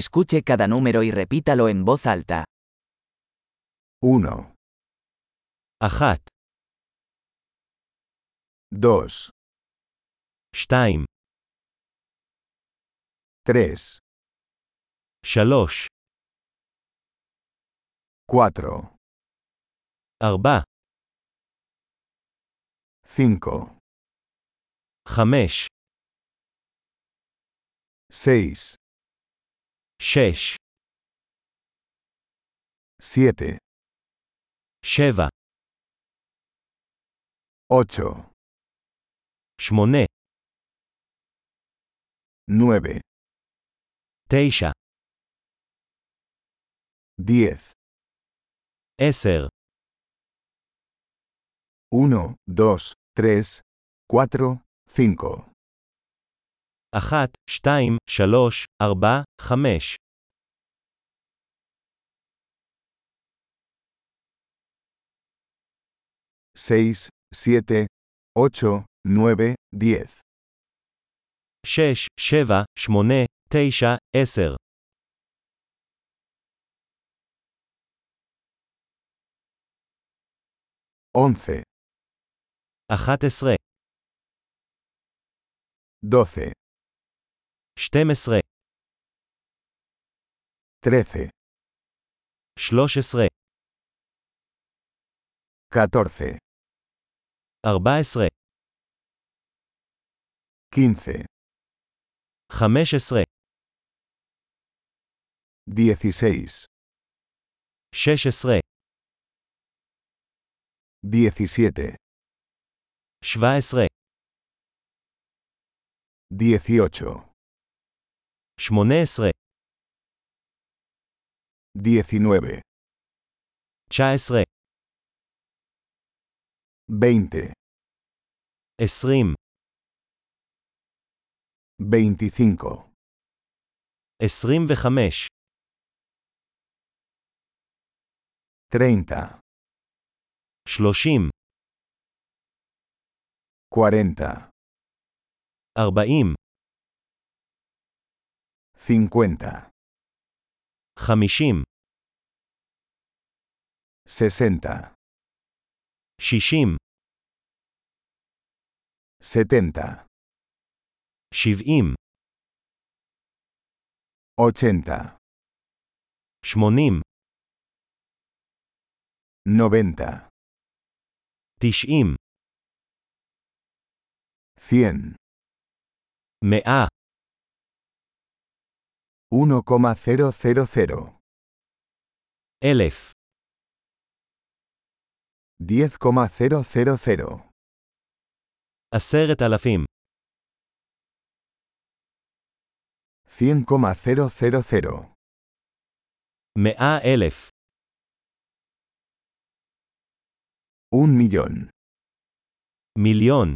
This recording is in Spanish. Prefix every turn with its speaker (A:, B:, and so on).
A: Escuche cada número y repítalo en voz alta.
B: 1,
C: אחת,
B: 2,
C: שתיים,
B: 3,
C: שלוש,
B: 4,
C: ארבע,
B: 5,
C: חמש,
B: 6,
C: שש,
B: 7,
C: שבע,
B: 8,
C: שמונה,
B: 9,
C: תשע,
B: 10,
C: עשר,
B: 1, 2, 3, 4, 5.
C: אחת, שתיים, שלוש, ארבע, חמש,
B: seis, siete, ocho, nueve, diez.
C: שש, שבע, שמונה, תשע, עשר,
B: Once,
C: אחת עשרה,
B: doce,
C: שתים עשרה,
B: trece,
C: שלוש עשרה,
B: catorce,
C: ארבע עשרה,
B: quince,
C: חמש עשרה,
B: dieciséis,
C: שש עשרה,
B: diecisiete,
C: שבע עשרה,
B: dieciocho,
C: שמונה עשרה,
B: diecinueve,
C: תשע עשרה,
B: veinte,
C: עשרים,
B: veinticinco,
C: עשרים וחמש,
B: treinta,
C: שלושים,
B: cuarenta,
C: ארבעים,
B: cincuenta,
C: חמישים,
B: sesenta,
C: שישים,
B: setenta,
C: שבעים,
B: ochenta,
C: שמונים,
B: noventa,
C: תשעים,
B: cien,
C: מאה,
B: uno coma cero cero cero,
C: אלף,
B: diez coma cero cero cero.
C: עשרת אלפים,
B: 100,000,
C: מאה אלף,
B: un millón.
C: מיליון.